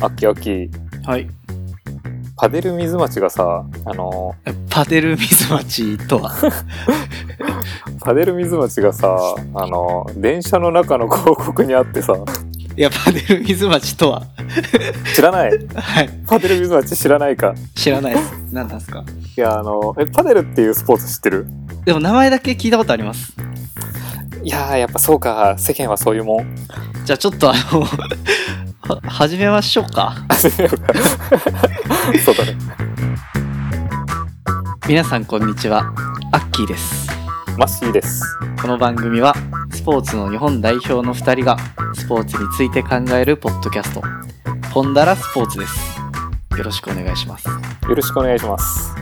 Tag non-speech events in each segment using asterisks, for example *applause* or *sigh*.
あきあき、はい。パデル水町がさ、あの、パデル水町とは。 *laughs* パデル水町がさ、あの、電車の中の広告にあってさ、いや、パデル水町とは。知らない *laughs* はい。パデル水町知らないか。知らないです。何なんですかいや、あの、え、パデルっていうスポーツ知ってるでも名前だけ聞いたことあります。いやー、やっぱそうか、世間はそういうも *laughs* ん。じゃあちょっとあの、 *laughs* は始めましょうか。そうだね。皆さんこんにちは。アッキーです。マッシーです。この番組はスポーツの日本代表の2人がスポーツについて考えるポッドキャスト「ポンダラスポーツ」ですよろしくお願いしますよろしくお願いします。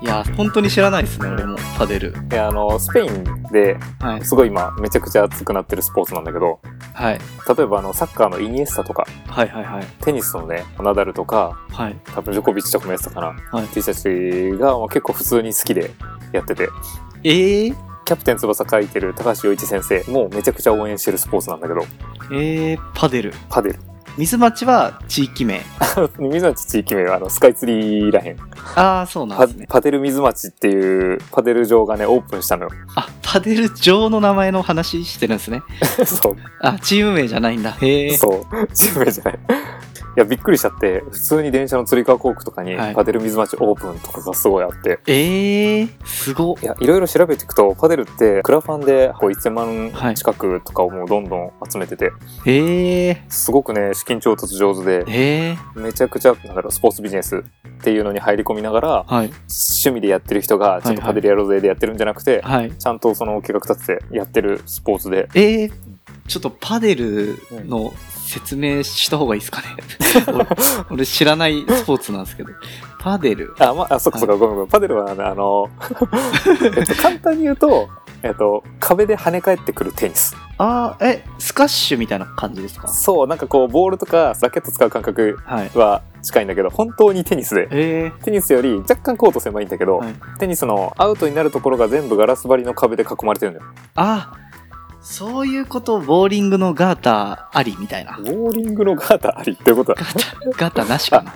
いやー本当に知らないですね俺もパデルいや、あの、スペインではいすごい今、めちゃくちゃ熱くなってるスポーツなんだけど、はい例えばあの、サッカーのイニエスタとか、はいはいはいテニスのね、ナダルとか、はい多分ジョコビッチとかもやってたかな、はい T シャツがまあ結構普通に好きでやっててえー、キャプテン翼書いてる高橋陽一先生もめちゃくちゃ応援してるスポーツなんだけどえー、パデルパデル *laughs* 水町は地域名水町地域名はあのスカイツリーらへんああそうなんパですねパデル水町っていうパデル場がねオープンした *laughs* のよあパデル場の名前の話してるんですねそう、あチーム名じゃないんだへ *laughs* えそうチーム名じゃないいやびっくりしちゃって普通に電車のつり革広告とかに、はいパデル水町オープンとかがすごいあってえー、すごいやいろいろ調べていくとパデルってクラファンでこう1000はい万近くとかをもうどんどん集めてて、えー、すごくね資金調達上手でえー、めちゃくちゃなんだろうスポーツビジネスっていうのに入り込みながらはい趣味でやってる人がちょっとパデルやろうぜでやってるんじゃなくて、はいちゃんとその計画立ててやってるスポーツでえー、ちょっとパデルの説明した方がいいですか *laughs* ね俺俺知らないスポーツなんですけどパデルあ、まあ、そっかそっか、ごめんごめんパデルはあ *laughs* のえっと簡単に言うと、えっと、壁で跳ね返ってくるテニスあーえスカッシュみたいな感じですかそうなんかこうボールとかラケット使う感覚はいは近いんだけど本当にテニスで。えテニスより若干コート狭いんだけど、はいテニスのアウトになるところが全部ガラス張りの壁で囲まれてるんだよー、あそういうことボーリングのガーターありみたいなボーリングのガータありっていうことだガーターガーターなしかな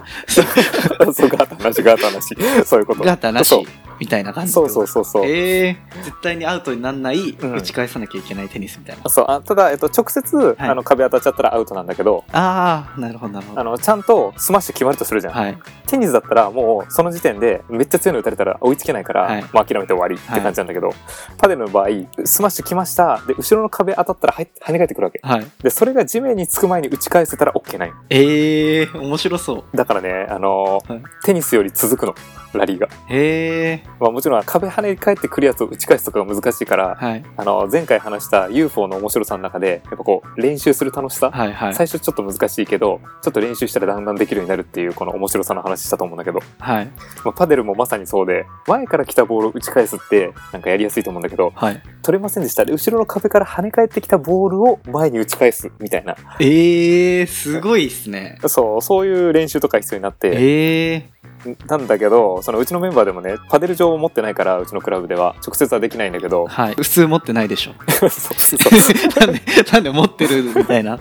そうガータなしガータ *laughs* なしそういうことガーターなそうしみたいな感じそうそうそうそう、えー、絶対にアウトにならない、うん打ち返さなきゃいけないテニスみたいなそうあただ、えっと、直接、あの壁当たっちゃったらアウトなんだけどああなるほどなるほあどのちゃんとスマッシュ決まるとするじゃん、はいテニスだったらもうその時点でめっちゃ強いの打たれたら追いつけないから、はいもう諦めて終わりって感じなんだけど、パデルの場合スマッシュ来ましたで後ろの壁当たったらはい跳ね返ってくるわけはいでそれが地面につく前に打ち返せたら OK ないえー、面白そうだからね、あのーはいテニスより続くのラリーが、へえまあ、もちろん壁跳ね返ってくるやつを打ち返すとかが難しいから、はいあの前回話した UFO の面白さの中でやっぱこう練習する楽しさ、はいはい最初ちょっと難しいけどちょっと練習したらだんだんできるようになるっていうこの面白さの話したと思うんだけど、はいまあ、パデルもまさにそうで前から来たボールを打ち返すってなんかやりやすいと思うんだけどはい取れませんでしたで後ろの壁から跳ね返ってきたボールを前に打ち返すみたいなえー、すごいっすねそうそういう練習とか必要になって。えー、なんだけどそのうちのメンバーでもねパデル場を持ってないからうちのクラブでは直接はできないんだけ *laughs* ど *laughs* はい普通持ってないでしょそうそう *laughs* なんでなんで持ってるみたいな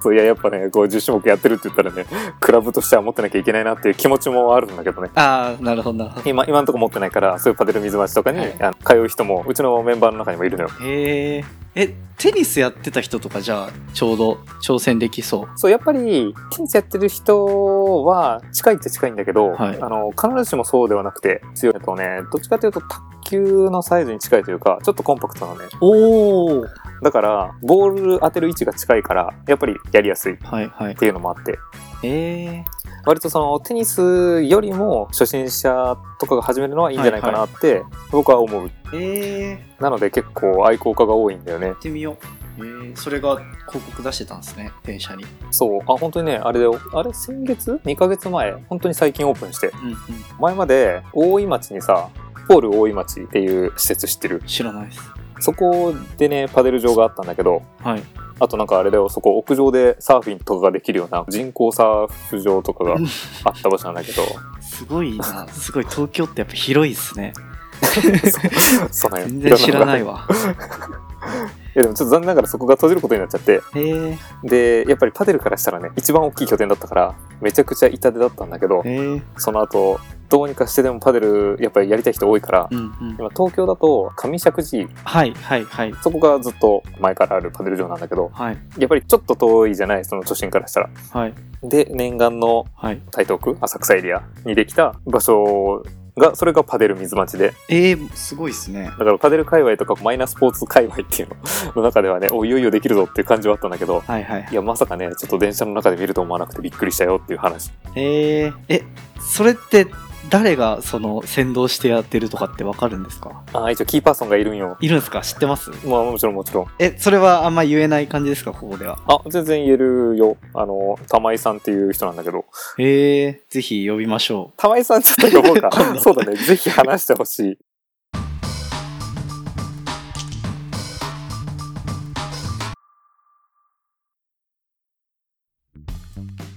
そういややっぱねこう10種目やってるって言ったらねクラブとしては持ってなきゃいけないなっていう気持ちもあるんだけどねああなるほどなるほど今今のとこ持ってないからそういうパデル水町とかに、はいあの通う人もうちのメンバーの中にもいるのよへええテニスやってた人とかじゃあちょうど挑戦できそうそうやっぱりテニスやってる人は近いって近いんだけど、はいあの必ずしもそうではなくて強いとねどっちかというと卓球のサイズに近いというかちょっとコンパクトなのねおおだからボール当てる位置が近いからやっぱりやりやすいっはいはいていうのもあってえ割とそのテニスよりも初心者とかが始めるのはいいんじゃないかなって僕は思うー、えー、やっなので結構愛好家が多いんだよねてみようえー、それが広告出してたんですね電車にそうあ本当にねあれだよあれ先月2ヶ月前本当に最近オープンしてうんうん前まで大井町にさポール大井町っていう施設知ってる知らないですそこでねパデル場があったんだけどはいあとなんかあれだよそこ屋上でサーフィンとかができるような人工サーフ場とかがあった場所なんだけ *laughs* どすごいなすごい東京ってやっぱ広いっすねそうなんよ全然知らないわ。やでもちょっと残念ながらそこが閉じることになっちゃってへえでやっぱりパデルからしたらね一番大きい拠点だったからめちゃくちゃ痛手だったんだけどへえその後どうにかしてでもパデルやっぱりやりたい人多いからうんうん今東京だと上石寺はいはいはいそこがずっと前からあるパデル場なんだけどはいやっぱりちょっと遠いじゃないその都心からしたら。はいで念願のはい台東区浅草エリアにできた場所がそれがパデル水町でえー、すごいっすねだからパデル界隈とかマイナースポーツ界隈っていうのの *laughs* 中ではねおいよいよできるぞっていう感じはあったんだけどはいはいいやまさかねちょっと電車の中で見ると思わなくてびっくりしたよっていう話へええそれって誰がその先導してやってるとかってわかるんですかあー一応キーパーソンがいるんよいるんですか知ってますまあもちろんもちろんえそれはあんま言えない感じですかここではあ全然言えるよあの玉井さんっていう人なんだけどへえぜひ呼びましょ *laughs* 玉井さんちょっと呼ぼう今か度そうだねぜひ話してほしい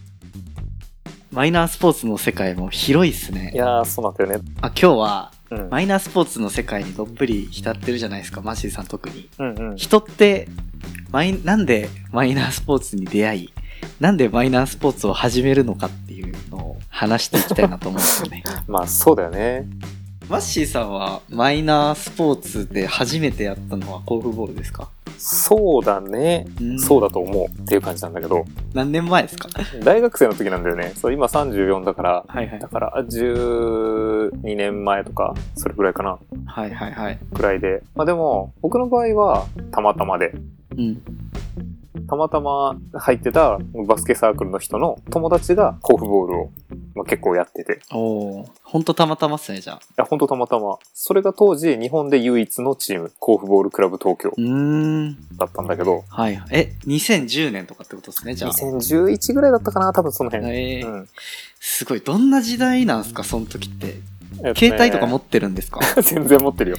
うマイナースポーツの世界も広いっすいねやーそうなんだよね、あ今日はうん、マイナースポーツの世界にどっぷり浸ってるじゃないですかマシーさん特にうんうん人ってマイなんでマイナースポーツに出会いなんでマイナースポーツを始めるのかっていうのを話していきたいなと思うんですよねまあそうだよねマッシーさんはマイナースポーツで初めてやったのはゴルフボールですかそうだねそうだと思うっていう感じなんだけど何年前ですか大学生の時なんだよねそう今34だからはいはいだから12年前とかそれぐらいかなはいはいはいぐらいでまあでも僕の場合はたまたまでうんたまたま入ってたバスケサークルの人の友達がコーフボールを、まあ、結構やってていおおほんとたまたまっすねじゃあやほんとたまたまそれが当時日本で唯一のチームコーフボールクラブ東京うーんだったんだけどはいはいえ2010年とかってことですねじゃあ2011ぐらいだったかな多分その辺、えーうんすごいどんな時代なんすかその時ってえっとね携帯とか持ってるんですか全然持ってるよ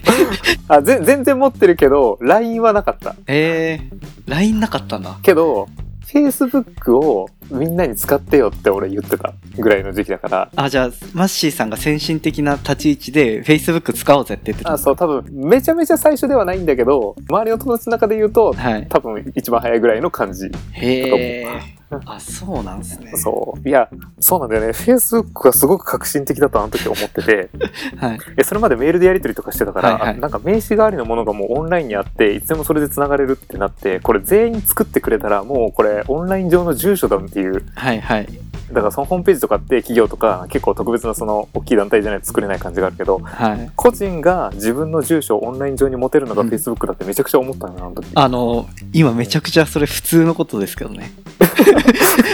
あぜ全然持ってるけど LINE はなかったえー、LINE なかったんだけど Facebook をみんなに使ってよって俺言ってたぐらいの時期だからあじゃあマッシーさんが先進的な立ち位置で Facebook 使おうぜって言ってたあそう多分めちゃめちゃ最初ではないんだけど周りの友達の中で言うとはい多分一番早いぐらいの感じへえあそうなんすねそういやそうなんだよね Facebook はすごく革新的だとあの時思っててはいえそれまでメールでやり取りとかしてたから、はいはいなんか名刺代わりのものがもうオンラインにあっていつでもそれでつながれるってなってこれ全員作ってくれたらもうこれオンライン上の住所だっていうはいはいだからそのホームページとかって企業とか結構特別なその大きい団体じゃないと作れない感じがあるけどはい個人が自分の住所をオンライン上に持てるのがうん Facebook だってめちゃくちゃ思ったんだなあの時あの今めちゃくちゃそれ普通のことですけ *laughs* どね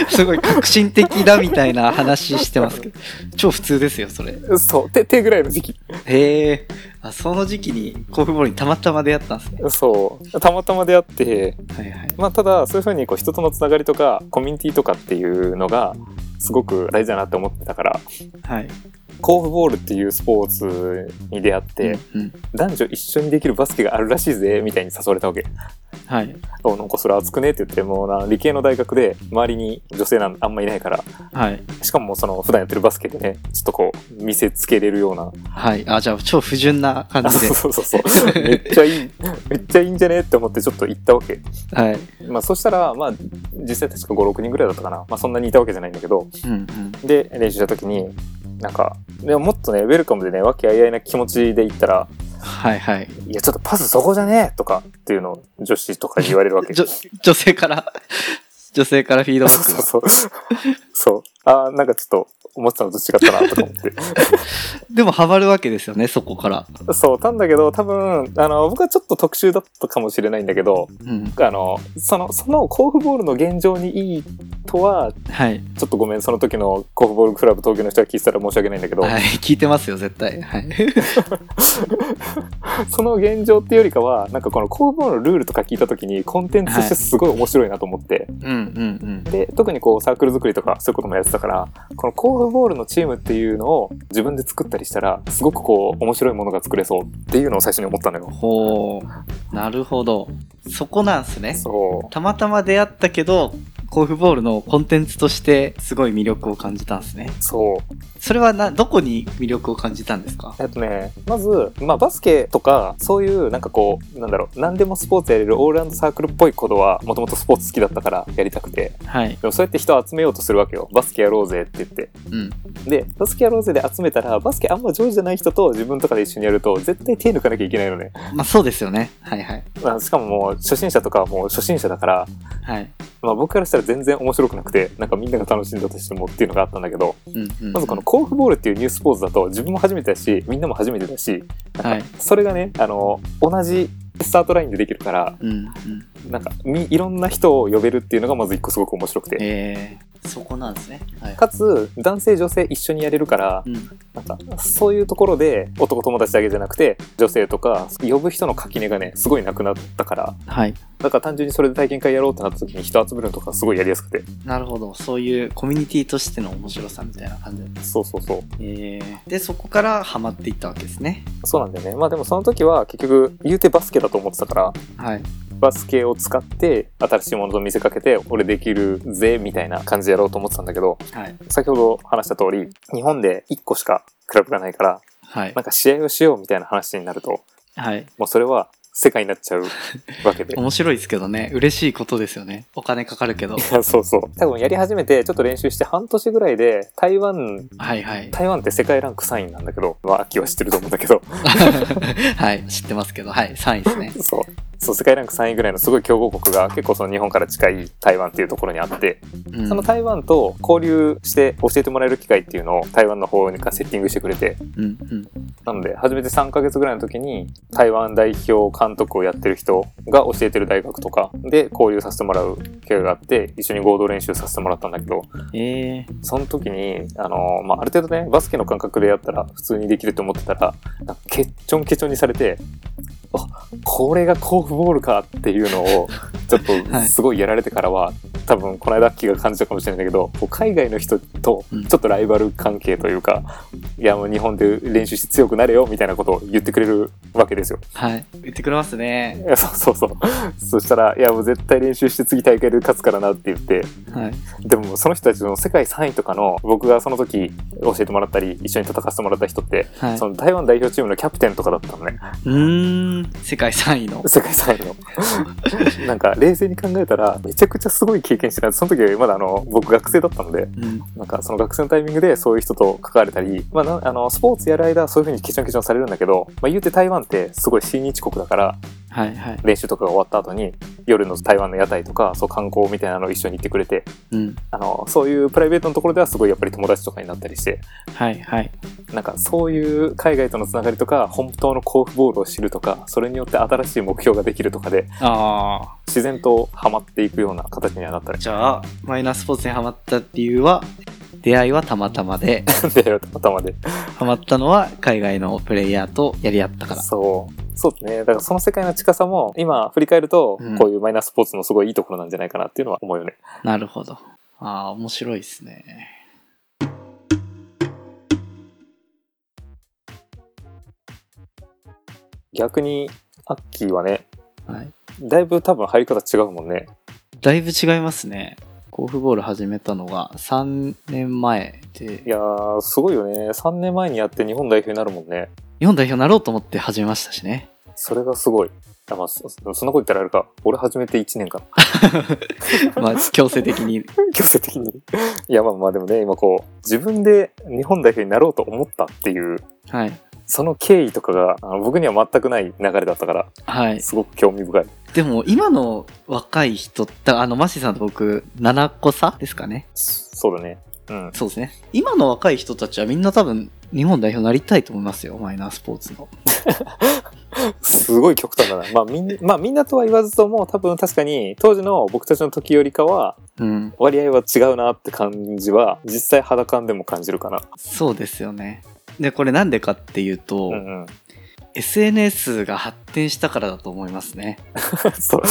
すごい革新的だみたいな話してますけど超普通ですよそれそうててぐらいの時期へえあその時期に甲府ボールにたまたま出会ったんですねそうたまたま出会ってはいはいまあただそういうふうにこう人とのつながりとかコミュニティとかっていうのがすごく大事だなって思ってたからはいコーフボールっていうスポーツに出会ってうんうん男女一緒にできるバスケがあるらしいぜみたいに誘われたわけはいおなんかそれ熱くねって言ってもうな理系の大学で周りに女性なんあんまいないからはいしかもその普段やってるバスケでねちょっとこう見せつけれるようなはいあじゃあ超不純な感あじで *laughs* そうそうそうそうめっちゃいいめっちゃいいんじゃねって思ってちょっと行ったわけはいまあそしたらまあ実際確か56人ぐらいだったかなまあそんなにいたわけじゃないんだけどうんうんで練習した時になんかでももっとねウェルカムでね和気あいあいな気持ちで行ったらはいはい「いやちょっとパスそこじゃねえ!」とかっていうのを女子とかに言われるわけ女女性から *laughs* 女性からフィードバックそうそうそう。そう。あーなんかちょっと思ってたのと違ったなとか思って。でもハマるわけですよねそこからそう、たんだけど、多分、あの、僕はちょっと特殊だったかもしれないんだけど、うんあの、その、その甲府ボールの現状にいいとは、はいちょっとごめん、その時の甲府ボールクラブ東京の人が聞いてたら申し訳ないんだけど、はい聞いてますよ絶対はいその現状っていうよりかは、なんかこの甲府ボールのルールとか聞いた時に、コンテンツとしてすごい面白いなと思って、うんうんで、特にこうサークル作りとかそういうこともやってたから、このコーフボールのチームっていうのを自分で作ったりしたら、すごくこう面白いものが作れそうっていうのを最初に思ったのうんよ。ほうなるほどそこなんすねそたまたま出会ったけどコーフボールのコンテンツとしてすごい魅力を感じたんですねう。そう。それはなどこに魅力を感じたんですかえっとね、まず、まあ、バスケとか、そういう、なんかこう、なんだろう、何でもスポーツやれるオールラウンドサークルっぽいことは、もともとスポーツ好きだったからやりたくて、はい。でもそうやって人を集めようとするわけよ。バスケやろうぜって言って。うん。で、バスケやろうぜで集めたら、バスケあんま上手じゃない人と自分とかで一緒にやると、絶対手抜かなきゃいけないのね。まあそうですよね。はいはい。まあしかももう、初心者とかはもう初心者だから、はい。まあ僕からしたら全然面白くなくて、なんかみんなが楽しんだとしてもっていうのがあったんだけど、うん、うん。まずこのコーフボールっていうニュースポーツだと自分も初めてだしみんなも初めてだしはなんいかそれがねあの同じスタートラインでできるからうん、うん。なんかみいろんな人を呼べるっていうのがまず一個すごく面白くてえー、そこなんですね。はい。かつ男性女性一緒にやれるからうん。なんかそういうところで男友達だけじゃなくて女性とか呼ぶ人の垣根がねすごいなくなったからはい。だから単純にそれで体験会やろうってなった時に人集めるのとかすごいやりやすくてなるほど。そういうコミュニティとしての面白さみたいな感じだった。そうそうそうえー、で、そこからハマっていったわけですね。そうなんだよねまあでもその時は結局言うてバスケだと思ってたからはい。バスケを使って新しいものと見せかけて俺できるぜみたいな感じでやろうと思ってたんだけどはい。先ほど話した通り日本で1個しかクラブがないからはいな。んか試合をしようみたいな話になるとはい。もうそれは世界になっちゃうわけで。面白いですけどね。嬉しいことですよね。お金かかるけど。 *laughs* そうそう多分やり始めてちょっと練習して半年ぐらいで台湾はい *laughs* はい。台湾って世界ランク3位なんだけどまあ秋は知ってると思うんだけ *laughs* どはい。知ってますけど。はい。3位ですね。そうそう世界ランク3位ぐらいのすごい強豪国が結構その日本から近い台湾っていうところにあってうんその台湾と交流して教えてもらえる機会っていうのを台湾の方がセッティングしてくれてうんうん。なので初めて3ヶ月ぐらいの時に台湾代表監督をやってる人が教えてる大学とかで交流させてもらう機会があって一緒に合同練習させてもらったんだけどえその時にあの、まあ、ある程度ねバスケの感覚でやったら普通にできると思ってたらなんかケッチョンケチョンにされてあこれがコーフボールかっていうのをちょっ *laughs* はといすごいやられてからは、多分この間アッキーが感じたかもしれないんだけどこう海外の人とうんちょっとライバル関係というか、いやもう日本で練習して強くなれよみたいなことを言ってくれるわけですよ。ー、はい。言ってくれますね。いやそうそうそうそしたら「いやもう絶対練習して次大会で勝つからな」って言ってはい。でもその人たちの世界3位とかの僕がその時教えてもらったり一緒に戦わせてもらった人って、はい。そうの台湾代表チームのキャプテンとかだったのねーん。世界3位の。世界3位のなんか冷静に考えたらめちゃくちゃすごい経験してたその時はまだあの僕学生だったのでうん。なんかその学生のタイミングでそういう人と関われたり、まあ、なあのスポーツやる間はそういう風にケチョンケチョンされるんだけど、まあ、言うて台湾ってすごい親日国だからはいはい。練習とかが終わった後に夜の台湾の屋台とかそう観光みたいなのを一緒に行ってくれてうん。あのそういうプライベートのところではすごいやっぱり友達とかになったりしてはいはい。なんかそういう海外とのつながりとか本当の甲府ボールを知るとかそれによって新しい目標ができるとかでああ。自然とハマっていくような形にはなったりじゃあ、マイナースポーツにハマった理由は、出会いはたまたまで、してる頭でハマったのは海外のプレイヤーとやり合ったから。そうそうですねだからその世界の近さも今振り返るとうんこういうマイナースポーツのすごいいいところなんじゃないかなっていうのは思うよね、なるほど。ああ、面白いですね。逆にアッキーはねはい。だいぶ多分入り方違うもんねだいぶ違いますね。ゴルフボール始めたのが3年前いで、やーすごいよね3年前にやって日本代表になるもんね日本代表になろうと思って始めましたしね。それがすごいあまあそそんなこと言ったらあれか俺始めて1年かなまあ、強制的に。 *laughs* 強制的に。いや、まあまあでもね、今こう、自分で日本代表になろうと思ったっていう、はい。その経緯とかが、あの僕には全くない流れだったから、はい。すごく興味深い。でも、今の若い人って、あの、マシさんと僕、7個差ですかね。そうだね。うん。そうですね。今の若い人たちはみんな多分日本代表になりたいと思いますよ、マイナースポーツの。すごい極端だな。まあみん、まあみんなとは言わずとも、多分確かに、当時の僕たちの時よりかは、うん。割合は違うなって感じは、実際肌感でも感じるかな。そうですよね。で、これなんでかっていううと、んうん。 *laughs* SNS が発展したからだと思いますね。そう。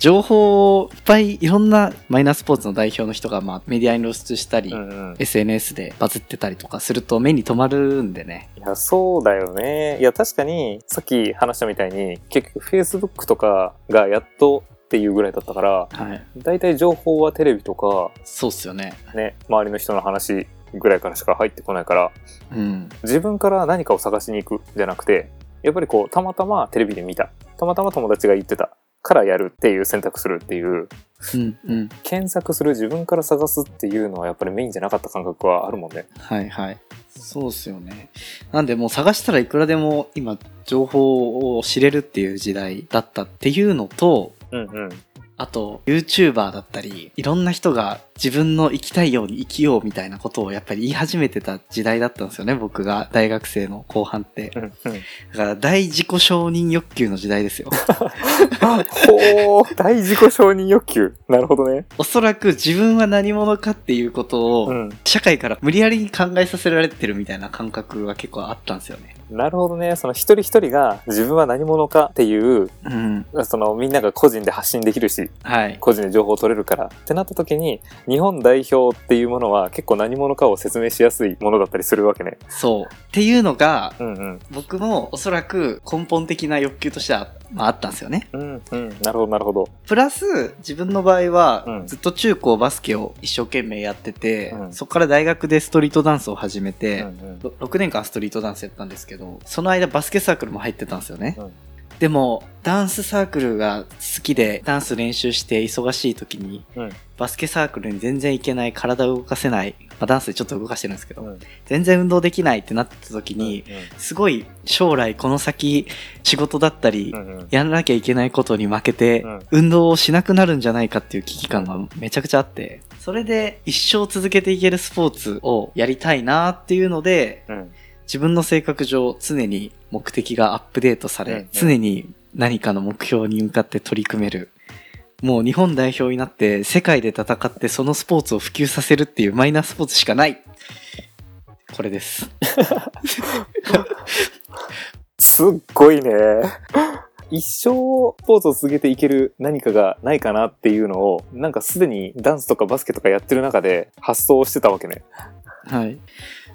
情報をいっぱいいろんなマイナースポーツの代表の人が、まあ、メディアに露出したり、うんうん。 SNS でバズってたりとかすると目に留まるんでね。いや、そうだよね。いや、確かに、さっき話したみたいに、結局 Facebook とかがやっとっていうぐらいだったから、はい。大体情報はテレビとか、そうっすよね。ね、周りの人の話ぐらいからしか入ってこないから、うん。自分から何かを探しに行くじゃなくて、やっぱりこう、たまたまテレビで見た、たまたま友達が言ってたからやるっていう選択するっていう、うん。うん。検索する自分から探すっていうのはやっぱりメインじゃなかった感覚はあるもんね。はいはい。そうっすよね。なんでもう探したらいくらでも今情報を知れるっていう時代だったっていうのと、うんうん。あと YouTuber だったり、いろんな人が自分の生きたいように生きようみたいなことをやっぱり言い始めてた時代だったんですよね、僕が大学生の後半って。うんうん。だから大自己承認欲求の時代ですよ。 *laughs* ほー、大自己承認欲求。なるほどね。おそらく自分は何者かっていうことを、うん。社会から無理やりに考えさせられてるみたいな感覚が結構あったんですよね。なるほどね。その一人一人が自分は何者かっていう、うん。そのみんなが個人で発信できるし、はい。個人で情報を取れるからってなった時に、日本代表っていうものは結構何者かを説明しやすいものだったりするわけね。そう。っていうのが、うんうん。僕もおそらく根本的な欲求としては、まあ、あったんですよね。うんうん。なるほど、なるほど。プラス、自分の場合は、うんずっと中高バスケを一生懸命やってて、うんそこから大学でストリートダンスを始めうんて、うんろ6年間ストリートダンスやったんですけどその間バスケサークルも入ってたんですよね、うんでもダンスサークルが好きでダンス練習して忙しい時に、うんバスケサークルに全然行けない体を動かせない、まあ、ダンスでちょっと動かしてるんですけど、うん。全然運動できないってなってた時に、すごい将来この先仕事だったり、うんうん。やらなきゃいけないことに負けて、うん運動をしなくなるんじゃないかっていう危機感がめちゃくちゃあって、それで一生続けていけるスポーツをやりたいなっていうので、うん自分の性格上常に目的がアップデートされ、うんうん常に何かの目標に向かって取り組める。もう日本代表になって世界で戦ってそのスポーツを普及させるっていうマイナースポーツしかない。これです。すっごいね。一生スポーツを続けていける何かがないかなっていうのを、なんかすでにダンスとかバスケとかやってる中で発想してたわけね。はい。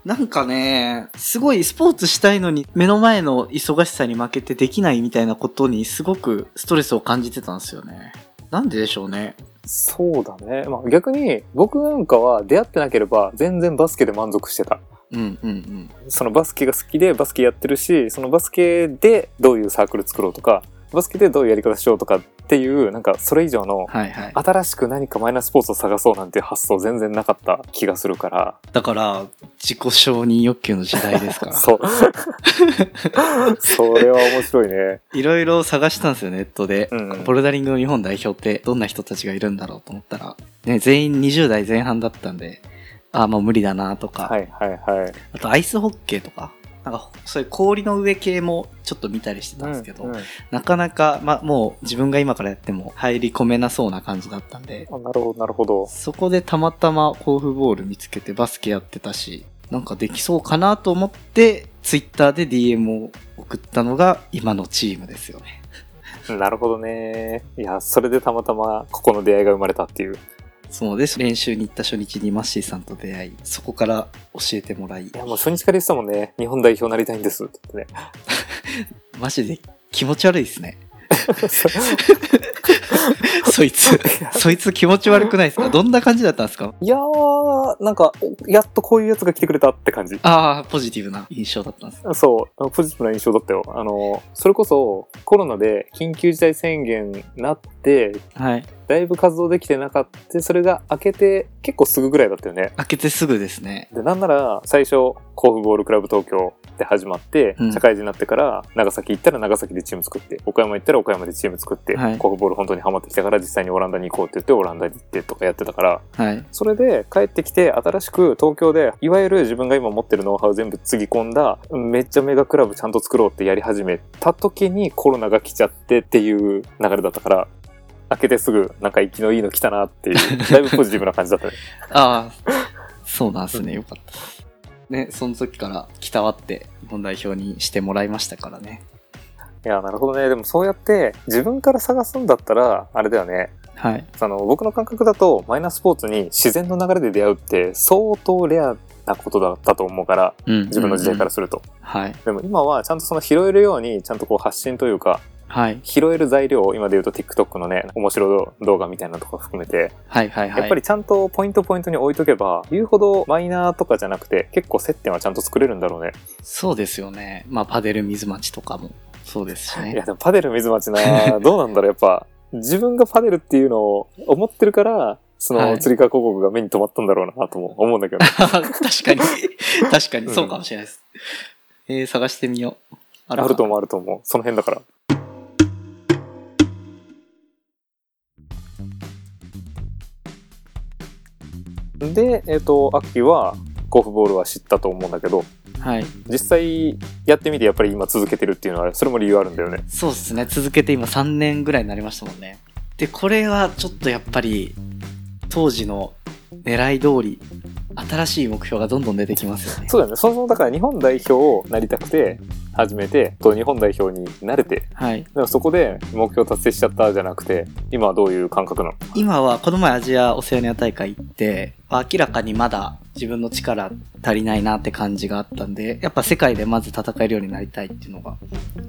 なんかね、すごいスポーツしたいのに目の前の忙しさに負けてできないみたいなことにすごくストレスを感じてたんですよね。なんででしょうね。そうだね。まあ逆に僕なんかは出会ってなければ全然バスケで満足してた。うんうんうん。そのバスケが好きでバスケやってるし、そのバスケでどういうサークル作ろうとか、バスケでどういうやり方しようとかっていう、なんかそれ以上のはいはい。新しく何かマイナースポーツを探そうなんて発想全然なかった気がするから、だから、自己承認欲求の時代です *laughs* から。そう。それは面白いね。いろいろ探したんですよ、ネットで。うんうんボルダリングの日本代表ってどんな人たちがいるんだろうと思ったら、ね、全員20代前半だったんで、ああ、もう無理だなとか、はいはいはい。あとアイスホッケーとか、なんかそういう氷の上系もちょっと見たりしてたんですけど、うんうんあなかなか、まあ、もう自分が今からやっても入り込めなそうな感じだったんで、なるほどなるほど。そこでたまたま甲府ボール見つけてバスケやってたし、なんかできそうかなと思って、ツイッターで DM を送ったのが今のチームですよね。なるほどね。いや、それでたまたまここの出会いが生まれたっていう。そうです。練習に行った初日にマッシーさんと出会い、そこから教えてもらいい、や、もう初日から言ってたもんね。日本代表になりたいんですって言ってね。マジで気持ち悪いですね。そうそい *laughs* つ、そいつ気持ち悪くないですかどんな感じだったんですかいやー、なんか、おやっとこういうやつが来てくれたって感じ。ああ、ポジティブな印象だったんです。そう、ポジティブな印象だったよ。あの、それこそコロナで緊急事態宣言になって、はい。だいぶ活動できてなかった。それが明けて結構すぐぐらいだったよね。開けてすぐですね。でなんなら最初甲府ボールクラブ東京で始まって、うん社会人になってから長崎行ったら長崎でチーム作って岡山行ったら岡山でチーム作って、はい甲府ボール本当にハマってきたから実際にオランダに行こうって言ってオランダに行ってとかやってたからはい。それで帰ってきて新しく東京でいわゆる自分が今持ってるノウハウ全部つぎ込んだめっちゃメガクラブちゃんと作ろうってやり始めた時にコロナが来ちゃってっていう流れだったから開けてすぐなんか息のいいの来たなっていうだいぶポジティブな感じだったね。ああ、そうなんですね。よかったです。ね、その時から北わって日本代表にしてもらいましたからね。いや、なるほどね。でもそうやって自分から探すんだったら、あれだよね。はい。その僕の感覚だと、マイナースポーツに自然の流れで出会うって相当レアなことだったと思うから、うん。自分の時代からうん。すると。はい。でも今はちゃんとその拾えるように、ちゃんとこう発信というか、はい。拾える材料を今で言うと TikTok のね面白動画みたいなのとか含めて、はいはいはい。やっぱりちゃんとポイントポイントに置いとけば言うほどマイナーとかじゃなくて結構接点はちゃんと作れるんだろうねそうですよね。まあ、パデル水町とかもそうですしいねや。でもパデル水町 *laughs* などうなんだろうやっぱ自分がパデルっていうのを思ってるからそはのい釣り革広告が目に留まったんだろうなとも思うんだけど、 *laughs* 確か *laughs* に。確かうに。んそうかもしれないです。えー、探してみよう。ああると思思うあると思うその辺だからでえっ、とアッキーはゴルフボールは知ったと思うんだけどう。はい。実際やってみてやっぱり今続けてるっていうのはそれも理由あるんだよねそうですね。続けて今3年ぐらいになりましたもんね。で、これはちょっとやっぱり、当時の狙い通り、新しい目標がどんどん出てきますよね。そうだよねそもそもだから日本代表をなりたくて始めてと日本代表になれてはい。でもそこで目標達成しちゃったじゃなくて今はどういう感覚なの今はこの前アジア・オセアニア大会行って明らかにまだ自分の力足りないなって感じがあったんでやっぱ世界でまず戦えるようになりたいっていうのが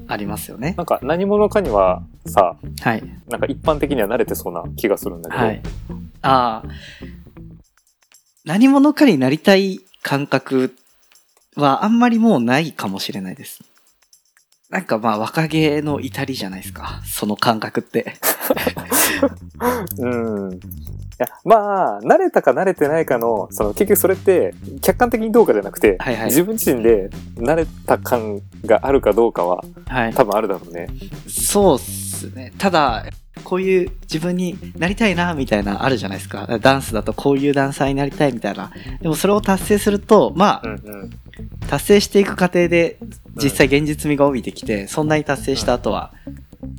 ありますよねなんか何者かにはさはいなんか一般的には慣れてそうな気がするんだけど、はいああ何者かになりたい感覚はあんまりもうないかもしれないですなんかまあ若気の至りじゃないですかその感覚ってうん。いやまあ慣れたか慣れてないかのその結局それって客観的にどうかじゃなくて、はいはい自分自身で慣れた感があるかどうかははい多分あるだろうね。そうっすね。ただ、こういう自分になりたいな、みたいな、あるじゃないですか。ダンスだとこういうダンサーになりたい、みたいな。でもそれを達成すると、まうあ、んうん達成していく過程で、実際現実味が帯びてきて、そんなに達成した後は、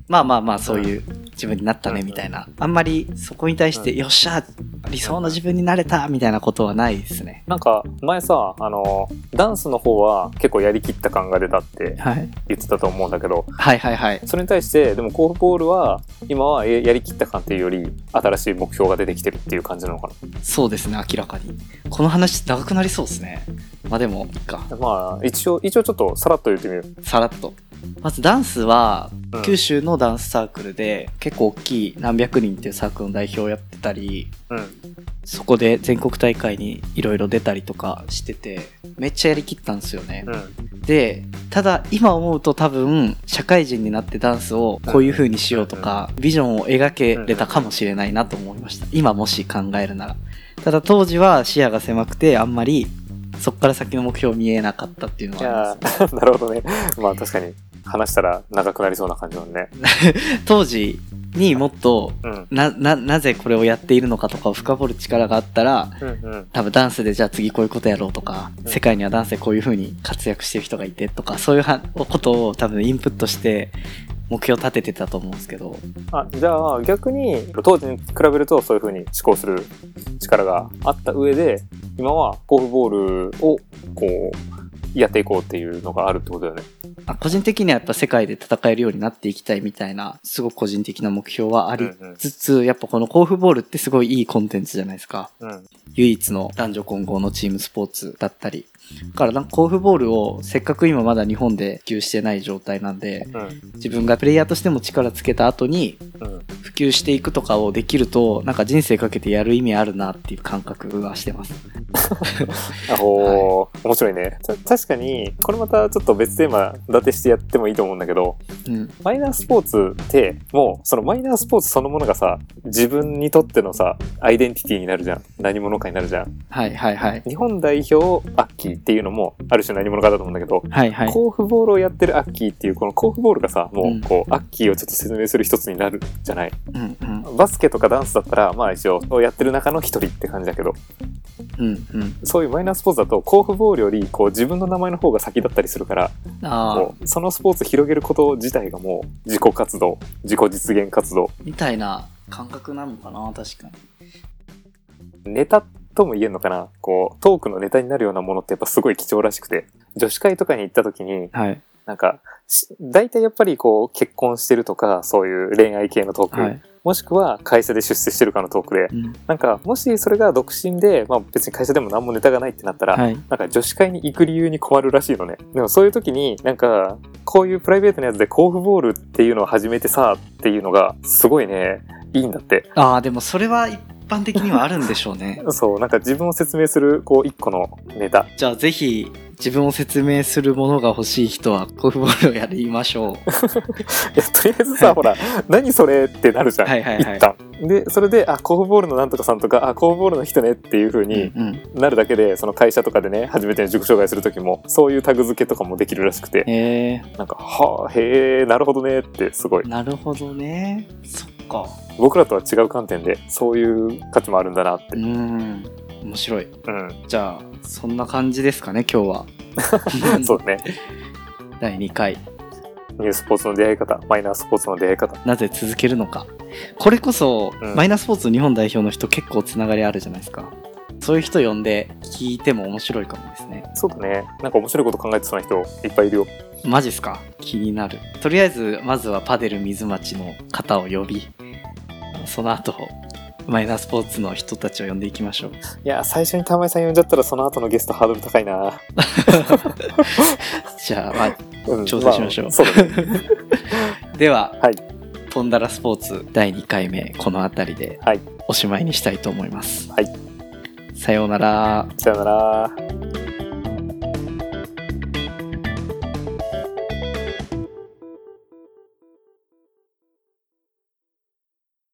まあまあまあ、そういう自分になったね、うんみたいな。あんまりそこに対して、うんよっしゃ、理想の自分になれた、みたいなことはないですね。なんか前さあのダンスの方は結構やりきった感が出たってはい。言ってたと思うんだけどはいはいはい。それに対してでもコーフボールは今はえやりきった感っていうより新しい目標が出てきてるっていう感じなのかそうですね、明らかに。この話長くなりそうですね。まあでも、いいか。なまあ一応一応ちょっとさらっと言ってみる、さらっとまずダンスはうん九州のダンスサークルで結構大きい何百人っていうサークルの代表をやってたりうんそこで全国大会にいろいろ出たりとかしててめっちゃやりきったんですよねうんでただ今思うと多分社会人になってダンスをこういう風にしようとかビジョンを描けれたかもしれないなと思いました今もし考えるならただ当時は視野が狭くてあんまりそっから先の目標見えなかったっていうのいはありますやー *laughs* なるほどねまあ確かに話したら長くなりそうな感じなんね当時にもっとうんなななぜこれをやっているのかとかを深掘る力があったらうんうん多分ダンスでじゃあ次こういうことやろうとか、ん世界にはダンスでこういう風に活躍してる人がいてとかそういうはことを多分インプットして目標立ててたと思うんですけどあじゃあ逆に当時に比べるとそういう風に思考する力があった上で今はゴルフボールをこうやっていこうっていうのがあるってことだよねあ個人的にはやっぱ世界で戦えるようになっていきたいみたいなすごく個人的な目標はありうんうんつつ、やっぱこの甲府ボールってすごいいいコンテンツじゃないですか。うん唯一の男女混合のチームスポーツだったり。だからなんかコーフボールをせっかく今まだ日本で普及してない状態なんで、うん自分がプレイヤーとしても力つけた後にうん普及していくとかをできると、なんか人生かけてやる意味あるなっていう感覚はしてます。あおー面白いねた確かにこれまたちょっと別テーマ立てしてやってもいいと思うんだけどうん。マイナースポーツってもうそのマイナースポーツそのものがさ自分にとってのさアイデンティティになるじゃん何者かになるじゃんはいはいはい。日本代表アッキーっていうのもある種何者かだと思うんだけど、はいはい。コーフボールをやってるアッキーっていうこのコーフボールがさもうんうこう、アッキーをちょっと説明する一つになるじゃないうんうん。バスケとかダンスだったらまあ一応やってる中の一人って感じだけどうんうん。そういうマイナースポーツだとコーフボールよりこう自分の名前の方が先だったりするからああこ、うそのスポーツ広げること自体がもう自己活動自己実現活動みたいな感覚なのかな、確かに。ネタとも言えんのかなこうトークのネタになるようなものってやっぱすごい貴重らしくて女子会とかに行った時にはい。なんかし大体やっぱりこう結婚してるとかそういう恋愛系のトークはい。もしくは会社で出世してるかのトークでうんなんかもしそれが独身で、まあ、別に会社でも何もネタがないってなったら、はい。なんか女子会に行く理由に困るらしいのね。でもそういう時になんかこういうプライベートなやつで甲府ボールっていうのを始めてさっていうのがすごいね、いいんだって。ああ、でもそれは一般的にはあるんでしょうね。 *laughs* そう、なんか自分を説明するこう一個のネタ。じゃあぜひ自分を説明するものが欲しい人はコフボールをやりましょう。いやとりあえずさ、ほら、何それってなる *laughs* じゃん。はいはいはい一旦でそれで「あ甲府ボールのなんとかさん」とか「あ甲府ボールの人ね」っていう風にうんうん、なるだけで、その会社とかでね初めての塾紹介する時もそういうタグ付けとかもできるらしくてえなんか「はあへえなるほどね」ってすごいー、なるほどね。そっか。僕らとは違う観点でそういう価値もあるんだなってう、ん。面白い。うん、じゃあそんな感じですかね今日は。 *laughs* そうだね第2回ニュースポーツの出会い方マイナースポーツの出会い方なぜ続けるのかこれこそ、うんマイナースポーツ日本代表の人結構つながりあるじゃないですかそういう人呼んで聞いても面白いかもですねそうだねなんか面白いこと考えてそうな人いっぱいいるよマジっすか気になるとりあえずまずはパデル水町の方を呼びその後マイナースポーツの人たちを呼んでいきましょういや最初に玉井さん呼んじゃったらその後のゲストハードル高いな、じゃあ、まうん調整しましょうあそうだねあでは、はいポンダラスポーツ第2回目この辺りではいおしまいにしたいと思います、はいさようならさよなら「